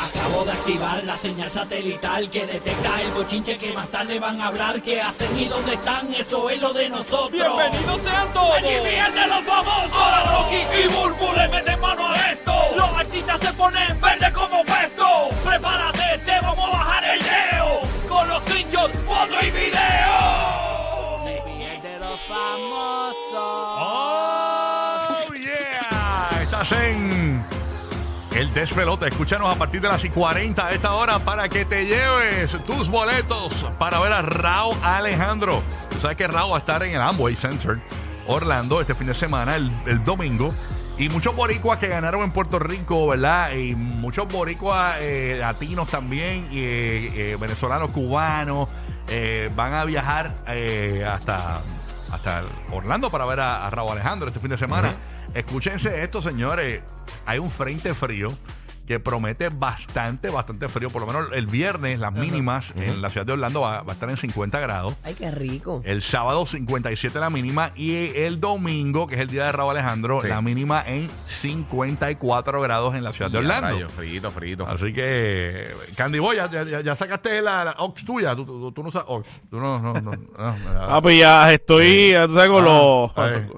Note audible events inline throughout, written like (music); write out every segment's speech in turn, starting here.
Acabo de activar la señal satelital que detecta el bochinche que más tarde van a hablar. ¿Qué hacen y dónde están? Eso es lo de nosotros. ¡Bienvenidos sean todos! ¡Allí fíjense los famosos! Ahora Rocky y Burbu le meten mano a esto. Los artistas se ponen verde como puesto. Prepárate, te vamos a bajar el leo. Con los screenshots, foto y video. de los famosos. ¡Oh, yeah! Estás en El Despelote. Escúchanos a partir de las y 40 a esta hora para que te lleves tus boletos para ver a Rao Alejandro. Tú sabes que Rao va a estar en el Amway Center, Orlando, este fin de semana, el, el domingo. Y muchos boricuas que ganaron en Puerto Rico, ¿verdad? Y muchos boricuas eh, latinos también, y, eh, eh, venezolanos, cubanos, eh, van a viajar eh, hasta hasta Orlando para ver a, a Raúl Alejandro este fin de semana. Escúchense esto, señores. Hay un frente frío que promete bastante, bastante frío. Por lo menos el viernes, las mínimas en la ciudad de Orlando va, va a estar en 50 grados. Ay, qué rico. Eh, El sábado 57 la mínima y el domingo, que es el día de Raúl Alejandro, Sí. la mínima en 54 grados en la ciudad de Orlando. frito, frito. Así que, Candy Boy, ya, ya- ya sacaste la, la Ox tuya. Tú, tú- tú no usas Ox. Tú no, no, no, no, no. Ah, pues ya estoy, ya tú sabes, con, lo, Ah, eh.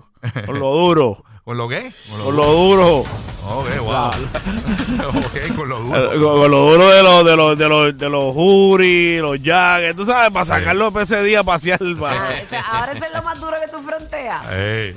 (laughs) con lo duro. ¿Con lo qué? Con Con (laughs) lo duro. Ok, wow. (laughs) ok, con lo eh, duro. Con, con lo duro de los de los de los de los jury, los jaggers, tú sabes, para sacarlo para ese día a pasear. para- eh, Ah, o sea, ahora eso es lo más duro que tú fronteas. Ey.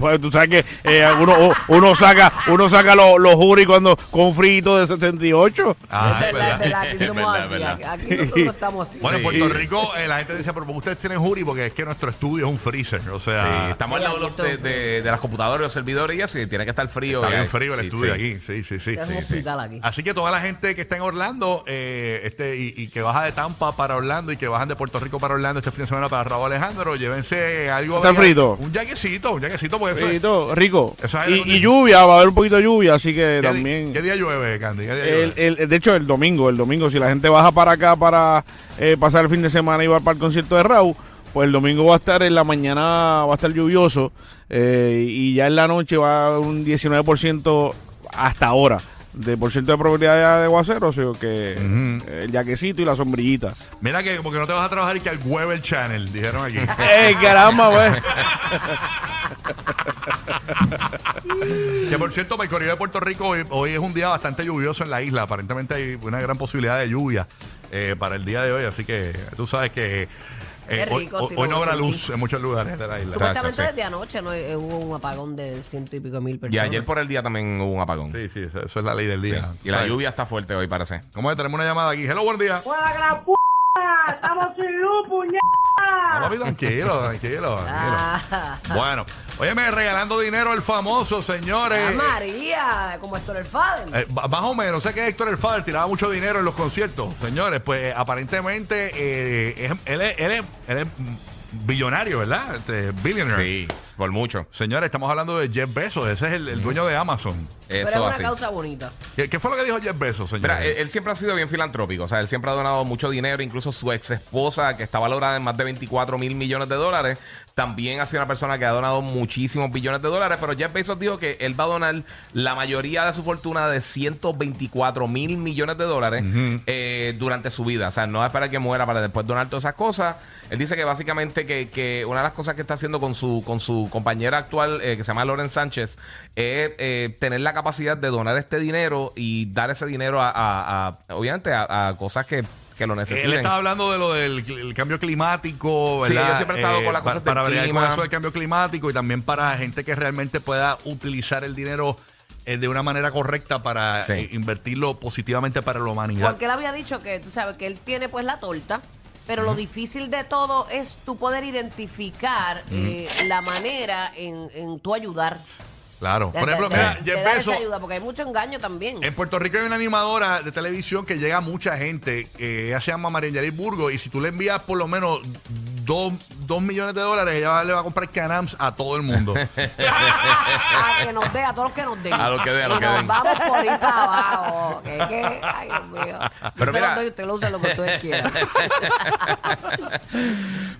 Pues, tú sabes que eh, uno, uno saca uno saca los los jury cuando con frito de 68. Ah, es es verdad, es verdad, Es aquí somos verdad, es así. verdad. Aquí aquí nosotros estamos así. (laughs) Bueno, en Sí. Puerto Rico eh, la gente dice, pero ustedes tienen jury porque es que nuestro estudio es un freezer. O sea, Sí, estamos al lado de, los- de, de- de las computadoras, los servidores y eso, y tiene que estar frío. está y- bien frío el y- estudio sí. aquí. Sí, sí, sí. es un sí, sí. hospital aquí. Así que toda la gente que está en Orlando eh, este, y, y que baja de Tampa para Orlando y que bajan de Puerto Rico para Orlando este fin de semana para Raúl Alejandro, llévense algo. ¿Está bien. frito? Un jaquecito, un jaquecito, porque eso es- Frito, rico. Eso es algo Y, que- y lluvia, va a haber un poquito de lluvia, así ¿Qué que di- también. ¿Qué día llueve, Candy? ¿Qué día El, llueve? el- el- de hecho, el domingo, el domingo, si la gente baja para acá para eh, pasar el fin de semana y va para el concierto de Raúl, pues el domingo va a estar en la mañana, va a estar lluvioso eh, y ya en la noche va a haber un 19% hasta ahora de por ciento de probabilidad de, de aguacero, o sea que Ujú. eh, el jaquecito y la sombrillita. Mira que porque no te vas a trabajar y que al Weber Channel, dijeron aquí. (laughs) ¡Eh, caramba, güey! Que por cierto, para el Corrido de Puerto Rico, hoy, hoy es un día bastante lluvioso en la isla. Aparentemente hay una gran posibilidad de lluvia eh, para el día de hoy. Así que tú sabes que eh, Qué hoy, rico, hoy- sí, hoy no lo habrá sentí. luz en muchos lugares de la isla. Supuestamente sí. desde anoche ¿no? Eh, hubo un apagón de ciento y pico mil Y personas. ayer por el día también hubo un apagón. Sí, sí, eso, eso es la ley del Sí. día. Y la ¿Sabes? lluvia está fuerte hoy, parece. ¿Cómo es? Tenemos una llamada aquí. Hello, buen día. ¡Pues la gran p***! ¡Estamos sin luz, No, puñeta! papi, tranquilo, tranquilo, tranquilo. Ah, Bueno, óyeme, regalando dinero el famoso, ah, señores. María, como esto en el Faden. Eh, ba- más o menos, sé que Héctor El Fader tiraba mucho dinero en los conciertos, señores. Pues aparentemente eh, es- él, es, él es- él es billonario, ¿verdad? Este, billionaire. Sí, por mucho. Señores, estamos hablando de Jeff Bezos, ese es el, el dueño de Amazon. Pero Eso es una así. causa bonita. ¿Qué, qué fue lo que dijo Jeff Bezos, señores? Mira, eh, él, él siempre ha sido bien filantrópico, o sea, él siempre ha donado mucho dinero, incluso su ex esposa, que está valorada en más de 24 mil millones de dólares, también ha sido una persona que ha donado muchísimos billones de dólares, pero Jeff Bezos dijo que él va a donar la mayoría de su fortuna de 124 mil millones de dólares eh, durante su vida, o sea, no va a esperar que muera para después donar todas esas cosas. Él dice que básicamente que, que una de las cosas que está haciendo con su, con su compañera actual, eh, que se llama Loren Sánchez, es eh, tener la capacidad de donar este dinero y dar ese dinero a, a- a- obviamente, a, a cosas que, que lo él necesiten. estaba hablando de lo del cl- el cambio climático, Sí, ¿verdad? Eh, yo siempre he estado con las pa- cosas del Para bregar con clima. eso del cambio climático y también para gente que realmente pueda utilizar el dinero eh, de una manera correcta para Sí. eh, invertirlo positivamente para la humanidad. Porque él había dicho que, tú sabes, que él tiene pues la torta, pero lo difícil de todo es tú poder identificar eh, la manera en, en tú ayudar. Claro. De- Por ejemplo, de- mira, de- de Jeff dar Bezos. esa ayuda, porque hay mucho engaño también. En Puerto Rico hay una animadora de televisión que llega a mucha gente. eh, ella se llama Marinelli Burgo. Y si tú le envías por lo menos dos, dos millones de dólares, ella va- le va a comprar canams a todo el (laughs) mundo. a que nos dé, a todos los que nos den. A los que den, a los Y que nos den. Vamos por ahí para abajo. Que, es que, ay, Dios mío. Yo Pero se mira- los doy, usted lo usa lo que (laughs) ustedes quieran.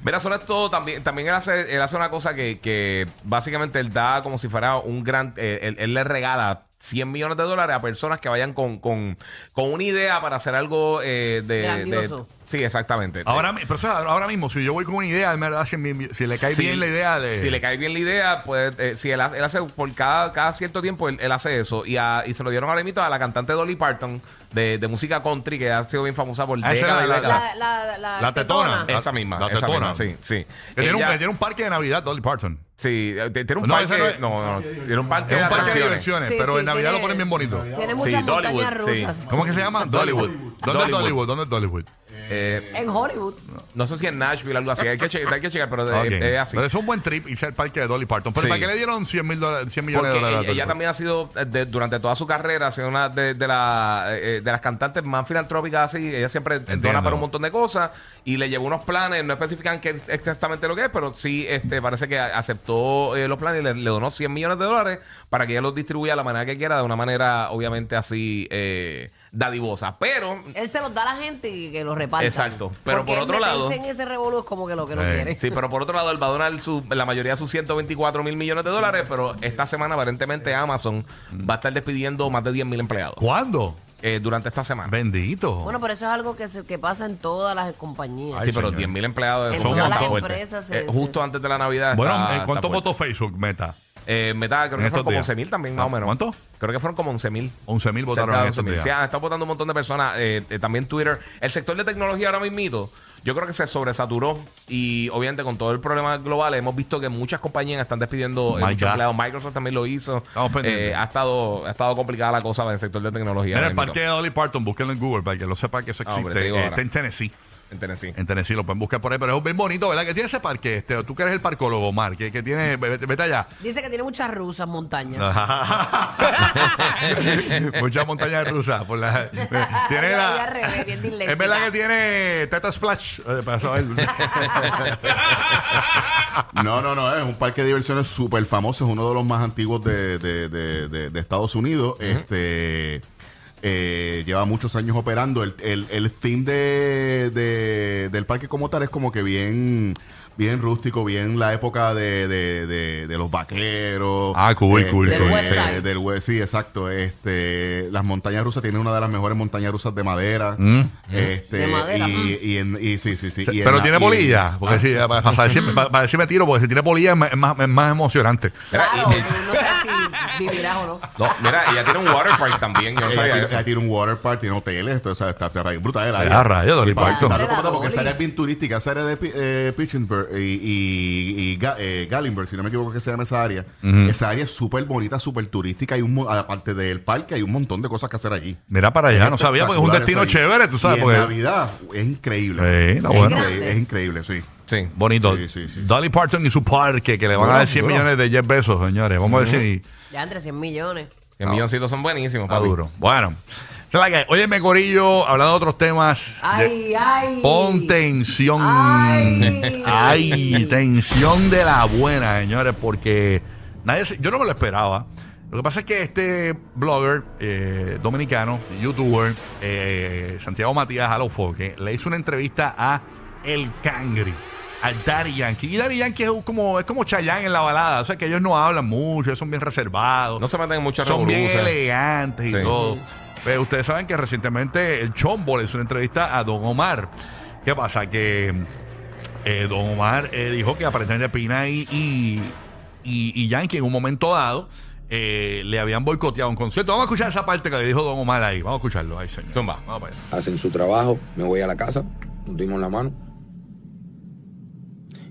Mira, sobre todo, también, también él, hace, él hace una cosa que, que básicamente él da como si fuera un gran. eh, él, él le regala 100 millones de dólares a personas que vayan con, con, con una idea para hacer algo eh, de, Grandioso. de- Sí, exactamente. Ahora, mi- pero, o sea, ahora mismo, si yo voy con una idea, me da- si, mi- si le cae Si- bien la idea de. Si le cae bien la idea, pues eh, si él, ha- él hace por cada, cada cierto tiempo, él, él hace eso. Y, a- y se lo dieron ahora mismo a la cantante Dolly Parton de, de música country, que ha sido bien famosa por Ah, esa décadas era y la- décadas. La, la, la, La tetona. Esa misma, La esa tetona. misma, sí, sí. Que tiene, un, Ella- tiene un parque de Navidad, Dolly Parton. Sí, eh, tiene un No, parque. ese no es- No, no, tiene un parque. Es un parque de de atracciones. diversiones, Sí, pero sí, en Navidad tiene- lo ponen bien bonito. Tiene Sí, muchas montañas Dollywood, sí. rusas. ¿Cómo es que se llama? Dollywood. ¿Dónde es Dollywood. Dollywood? ¿Dónde es Dollywood? Eh, En Hollywood. no sé si en Nashville o algo así. Hay que, checar, hay que checar, pero Ok. eh, es así. Pero es un buen trip irse al parque de Dolly Parton. Pero Sí. ¿para qué le dieron 100, mil dólares, 100 millones de Porque dólares? a ella, Dolly ella Parton? también ha sido, eh, de- durante toda su carrera, ha sido una de, de la, eh, de las cantantes más filantrópicas, así. Ella siempre Entiendo. dona para un montón de cosas y le llevó unos planes. No especifican qué es exactamente lo que es, pero sí este, parece que a- aceptó eh, los planes y le, le donó 100 millones de dólares para que ella los distribuya de la manera que quiera, de una manera obviamente así eh, dadivosa. Pero Él se los da a la gente y que los reparta. Exacto, pero Porque por él otro lado- meterse en ese revolú es como que lo que no Eh, quiere. Sí, pero por otro lado, él va a donar su- la mayoría de sus 124 mil millones de dólares, pero esta semana aparentemente Amazon va a estar despidiendo más de 10 mil empleados ¿Cuándo? eh, durante esta semana. Bendito. Bueno, pero eso es algo que, se, que pasa en todas las compañías. Ay, sí, pero señor. 10 mil empleados En son todas está las fuerte. empresas se- Eh, justo antes de la Navidad. Bueno, está- ¿en está ¿cuánto fuerte. votó Facebook, Meta? Eh, Meta, creo en que estos fueron como días? Ah, 11 mil también, más o menos. ¿Cuánto? Creo que fueron como 11 mil. 11 mil votaron en estos días. Sí, ah, está votando un montón de personas. eh, eh, también Twitter. El sector de tecnología ahora mismo, yo creo que se sobresaturó. Y obviamente con todo el problema global, hemos visto que muchas compañías están despidiendo eh, My muchos God. empleados. Microsoft también lo hizo. Estamos pendientes. Eh, ha, estado, ha estado complicada la cosa en el sector de tecnología. Mira, ahora el mismo, parque de Dolly Parton, búsquenlo en Google para que lo sepa que eso Ah, hombre, existe. te digo Eh, ahora. está en Tennessee. En Tennessee. En Tennessee lo pueden buscar por ahí, pero es bien bonito, ¿verdad? Que tiene ese parque, este, tú que eres el parcólogo, Mar, que, que tiene, vete, vete (laughs) allá. Dice que tiene muchas rusas, montañas. Muchas montañas rusas. Por (laughs) la, tiene Yo la- ahí al revés, bien disléxica. es verdad que tiene Teta Splash. eh, para saber. No, no, no, es un parque de diversiones súper famoso, es uno de los más antiguos de, de- de- de- de Estados Unidos. Este eh, lleva muchos años operando. El, el, el theme de, de- del parque como tal es como que bien, bien rústico, bien la época de, de- de- de los vaqueros. Ah, cool, cool, Este, cool, Del West Side. del West- sí, exacto. Este, las montañas rusas tienen una de las mejores montañas rusas de madera. Este, De madera, y, mm. y en- y sí, sí, sí. y en Mm. pero la- Ah. tiene y en- bolilla. Porque si, para, para saber si- para- para ver si me tiro, porque si tiene bolilla es más, es más- es más emocionante. Claro, no sé si vivirás o no. No, mira, ella tiene un water park también. Yo (laughs) no Ella sabía tiene, eso. ella tiene un water park, tiene hoteles, entonces o sea, está, está brutal el Ah, área. rayos, Dolly Y para Parton. visitarlo como tal, Dale, Porque esa área Dolly. es bien turística, esa área de Pi- eh, Pittsburgh y, y, y Ga- eh, Gallenberg, si no me equivoco que se llama esa área. Esa área es súper bonita, súper turística. Hay un, mo- aparte del parque, hay un montón de cosas que hacer allí. Mira para allá, no sabía, porque es un Espectacular destino eso ahí. chévere, tú sabes. Y en porque- Navidad es increíble. Sí, está es, bueno. increíble Grande. es increíble, sí. Sí. Bonito. Sí, sí, sí. Dolly Parton y su parque, que le van a Duro, dar 100 duro. millones de 10 pesos, señores. Vamos a decir. Ya entre 100 millones. Que milloncitos son buenísimos, Está papi. duro. Bueno. esa es la que hay. Óyeme, Corillo, hablando de otros temas. de- Ay, ay. Pon tensión. Ay. (laughs) Ay, tensión de la buena, señores, porque nadie se- yo no me lo esperaba. Lo que pasa es que este blogger eh, dominicano, youtuber, eh, Santiago Matías Alofoque, le hizo una entrevista a El Cangri, al Daddy Yankee. Y Daddy Yankee es como, es como Chayanne en la balada, o sea que ellos no hablan mucho, ellos son bien reservados No se meten en muchas son bien revoluciones. elegantes y Sí. todo. Pero ustedes saben que recientemente el Chombo le hizo una entrevista a Don Omar. ¿Qué pasa? Que eh, Don Omar eh, dijo que aparentemente Pina y, y, y- y Yankee en un momento dado eh, le habían boicoteado un concierto. Vamos a escuchar esa parte que le dijo Don Omar ahí. Vamos a escucharlo ahí, señor. Zumba. Vamos para allá. hacen su trabajo, me voy a la casa, nos dimos la mano.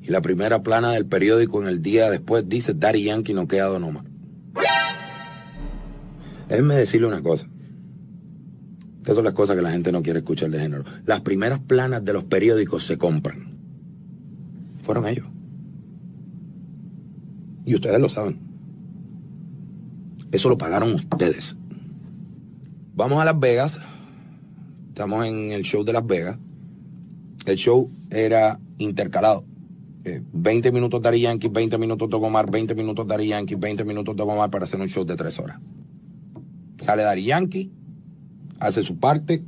Y la primera plana del periódico en el día después dice Daddy Yankee no queda Don Omar. Déjenme decirle una cosa. Estas son las cosas que la gente no quiere escuchar de género. Las primeras planas de los periódicos se compran. Fueron ellos. Y ustedes lo saben. Eso lo pagaron ustedes. Vamos a Las Vegas. Estamos en el show de Las Vegas. El show era intercalado. Eh, 20 minutos Dari Yankee, 20 minutos Togomar, 20 minutos Dari Yankee, 20 minutos Togomar para hacer un show de tres horas. Sale Dari Yankee, hace su parte,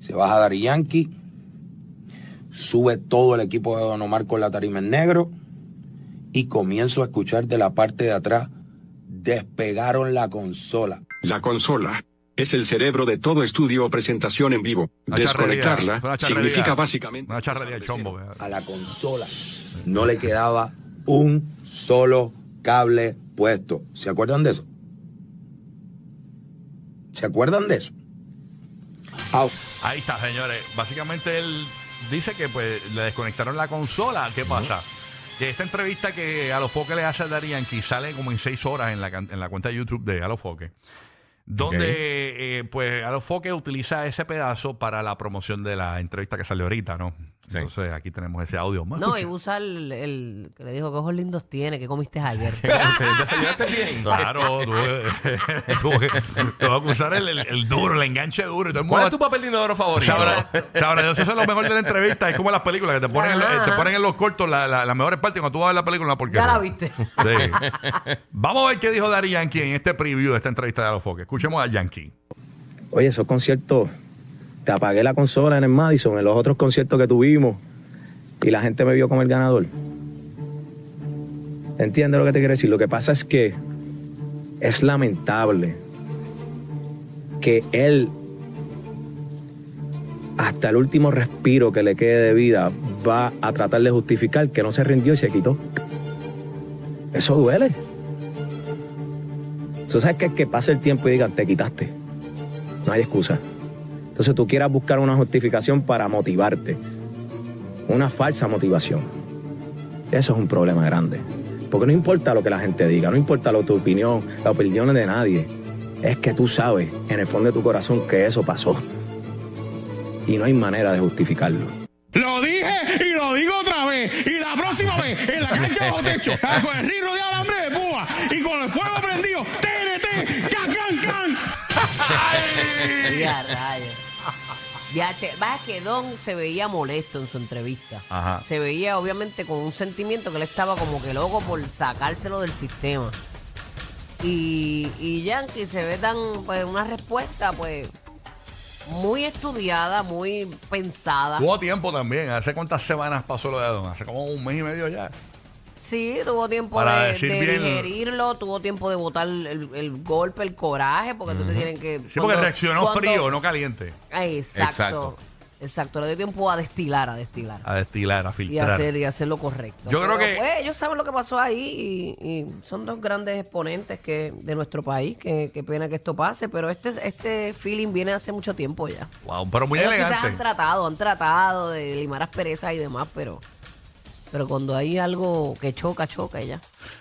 se baja Dari Yankee, sube todo el equipo de Don Omar con la tarima en negro y comienzo a escuchar de la parte de atrás, despegaron la consola. La consola es el cerebro de todo estudio o presentación en vivo. Una charrería, Desconectarla una charrería. significa básicamente. Una charrería el chombo. vea. A la consola no le quedaba un solo cable puesto. ¿Se acuerdan de eso? ¿Se acuerdan de eso? Au. Ahí está, señores. Básicamente él dice que pues le desconectaron la consola. ¿Qué pasa? Que esta entrevista que a los foques le hace a Darían, que sale como en seis horas en la, can- en la cuenta de YouTube de A los foques. Donde eh, pues a los foques utiliza ese pedazo para la promoción de la entrevista que salió ahorita, ¿no? Sí. Entonces aquí tenemos ese audio. Vamos a No, y escuchar. usa el, el que le dijo que ojos lindos tiene, que comiste ayer. (laughs) ¿Desayunaste bien? Claro, (laughs) eh, (laughs) tuve, tuve- tuve que usar el, el- el duro, el enganche duro. y todo el ¿Cuál es mundo- tu papel de inodoro favorito? Sabrá, sabrá, eso es lo mejor de la entrevista. Es como las películas que te ponen, en, Ajá, te ajá. ponen en los cortos la- la- las mejores partes. y Cuando tú vas a ver la película, una porquería. ya la viste. Sí. Vamos a ver qué dijo Dari Yankee en este preview de esta entrevista de Alofoque. Escuchemos a Yankee. Oye, esos conciertos, te apagué la consola en el Madison, en los otros conciertos que tuvimos, y la gente me vio como el ganador. ¿Entiendes lo que te quiero decir? Lo que pasa es que es lamentable que él, hasta el último respiro que le quede de vida, va a tratar de justificar que no se rindió y se quitó. Eso duele. Tú sabes que es que pasa el tiempo y digan, te quitaste. No hay excusa. Entonces tú quieras buscar una justificación para motivarte. Una falsa motivación. Eso es un problema grande. Porque no importa lo que la gente diga, no importa lo, tu opinión, las opiniones de nadie. Es que tú sabes en el fondo de tu corazón que eso pasó. Y no hay manera de justificarlo. Lo dije y lo digo otra vez. Y la próxima vez, en la cancha bajo techo, ah, con el río de alambre de púa y con el fuego prendido, TNT, can, can, can. Ya, rayos. Ya, che, va que Don se veía molesto en su entrevista. Ajá. Se veía obviamente con un sentimiento que él estaba como que loco por sacárselo del sistema. Y, y Yankee se ve tan, pues, una respuesta, pues, muy estudiada, muy pensada. Tuvo tiempo también. ¿Hace cuántas semanas pasó lo de Adon? Hace como un mes y medio ya. Sí, tuvo tiempo Para de, decir de bien- digerirlo, tuvo tiempo de botar el, el golpe, el coraje, porque tú te tienen que... Sí, porque cuando- reaccionó cuando- frío, no caliente. Ah, Exacto. Exacto. Exacto, le dio tiempo a destilar, a destilar. A destilar, a y filtrar. hacer y hacer lo correcto. Yo creo Pero, que- pues, ellos saben lo que pasó ahí y, y son dos grandes exponentes que de nuestro país. Que, que pena que esto pase, pero este este feeling viene hace mucho tiempo ya. Wow, pero muy ellos quizás han elegante. tratado, han tratado de limar asperezas y demás, pero pero cuando hay algo que choca, choca y ya.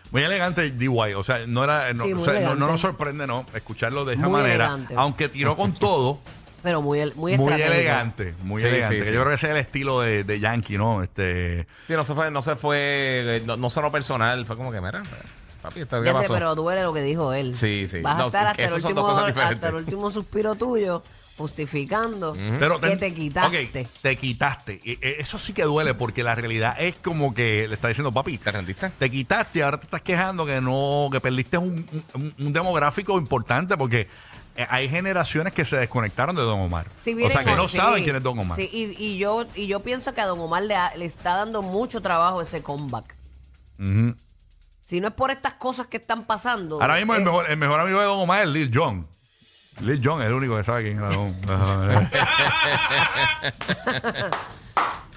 Muy elegante DY, o sea, no era no, Sí, muy o sea, no- no elegante. nos sorprende no escucharlo de esa Muy manera, elegante. aunque tiró con todo, Pero muy el- muy, muy, estratégico. elegante, muy Sí, elegante. sí, que sí. Yo creo que ese es el estilo de, de Yankee, ¿no? Este, Sí, no se fue, no se fue, eh, no, no sonó personal, fue como que, mira, eh, papi, ¿esto ¿qué Fíjate, pasó? pero duele lo que dijo él. Sí, sí. Vas a No, estar hasta el, esas son último, dos cosas diferentes. hasta el último suspiro tuyo justificando pero que te quitaste. ok, te quitaste. Y, eh, Eso sí que duele porque la realidad es como que le está diciendo, papi, ¿Te rendiste? te quitaste, ahora te estás quejando que no, que perdiste un, un- un demográfico importante porque eh, hay generaciones que se desconectaron de Don Omar. Si o viene sea, que con- no sí, saben quién es Don Omar. sí, y, y yo, y yo pienso que a Don Omar le, ha- le está dando mucho trabajo ese comeback. Ujú. Si no es por estas cosas que están pasando. Ahora mismo el eh, mejor, el mejor amigo de Don Omar es Lil Jon. Lil Jon es el único que sabe quién era Don (laughs)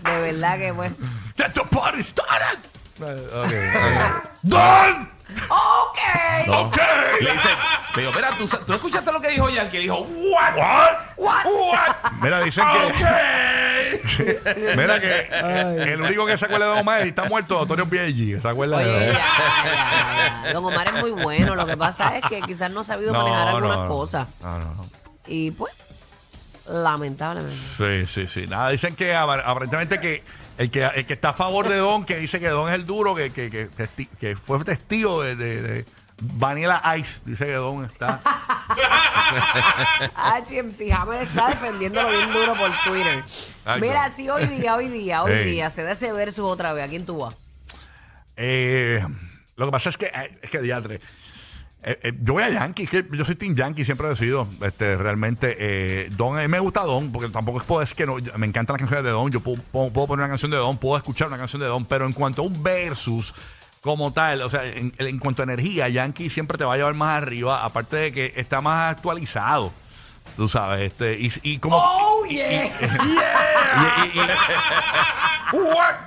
De verdad que pues. ¡Get the party started! ¡Don! ¡Ok! ¡Ok! Le dice, le digo, mira, ¿tú, sa- tú escuchaste lo que dijo Yankee, dijo, "Uh, ¿What? ¿What? Mira, dicen que. (laughs) Mira que el único que se acuerda de Don Omar y está muerto Antonio Pieggi. ¿Se acuerda Oye, de ya, ya, ya. Don Omar es muy bueno. Lo que pasa es que quizás no ha sabido manejar algunas cosas. No, no, no. Y pues, lamentablemente. Sí, sí, sí. Nada, dicen que ap- aparentemente que el que el que está a favor de Don, que dice que Don es el duro, que, que, que, testi- que fue testigo de, de, de Vanilla Ice, dice que Don está. Ah, HMC Hammer está defendiéndolo bien duro por Twitter. Ay, Mira, no. si hoy día, hoy día, hoy Ey. día se da ese versus otra vez, ¿a quién tú vas? Eh, lo que pasa es que, eh, es que diatre. Eh, eh, yo voy a Yankee, es que yo soy Team Yankee, siempre he decidido. Este, realmente, eh, Don, a mí me gusta Don, porque tampoco es puedo decir que no, yo- me encantan las canciones de Don. Yo puedo, puedo- puedo poner una canción de Don, puedo escuchar una canción de Don, pero en cuanto a un versus, como tal, o sea, en, en cuanto a energía, Yankee siempre te va a llevar más arriba, aparte de que está más actualizado. Tú sabes, este, y, y como. Oh, y- y- yeah. (laughs) y-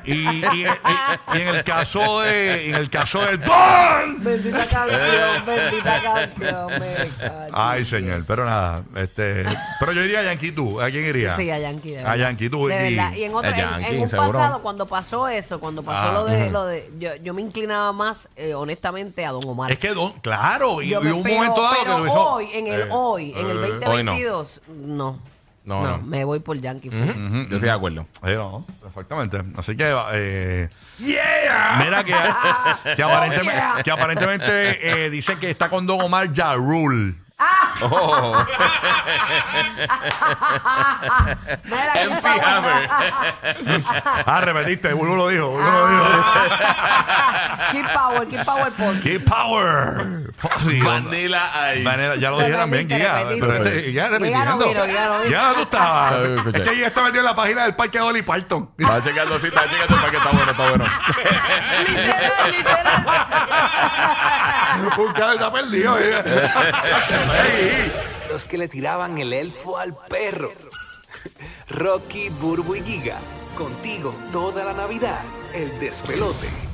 y- y- y- y- y- y en el caso de. En el caso del. ¡Bang! Bendita canción, (laughs) bendita canción, me cacho. Ay, señor, pero nada. Este, pero yo iría a Yankee, tú. ¿A quién iría? Sí, a Yankee, de A verdad. Yankee, tú. De y- verdad. Y en, otro, a en- en Yankee, un seguro. pasado, cuando pasó eso, cuando pasó Ah, lo de. ujú. lo de yo, yo me inclinaba más, eh, honestamente, a Don Omar. Es que, don- claro, y, Yo y me- un pero- momento dado pero que lo hizo- Hoy, en el Eh, hoy, en el eh, 2022, no. No, No, no. me voy por Yankee. Ujú, Yo estoy de acuerdo. Sí, no, perfectamente. Así que, eh, Yeah. mira que, que aparentemente, que aparentemente, eh, dicen que está con Don Omar Ja Rule. Oh. (laughs) Mira, qué MC pavo- Hammer. Ah, repetiste, Bulbo lo dijo. Bulbo lo Ah. dijo. Keep power, keep power pose. ¡Qué power! Posey, Vanilla Ice. Vanilla, ya lo dijeron bien, Repetiste, Giga. repetiste. Pero este, Giga Giga no repitiendo. vino, Giga no Ah, vino. Giga, tú estás. Escuché. Es que Giga está metido en la página del parque de Dolly Parton. Ah, Va checando, sí, está checando para que está bueno, está bueno. literal, literal. (laughs) Un cabrón está (laughs) perdido. Giga. Ey, Los que le tiraban el elfo al perro. Rocky, Burbu y Giga. Contigo toda la Navidad. El despelote.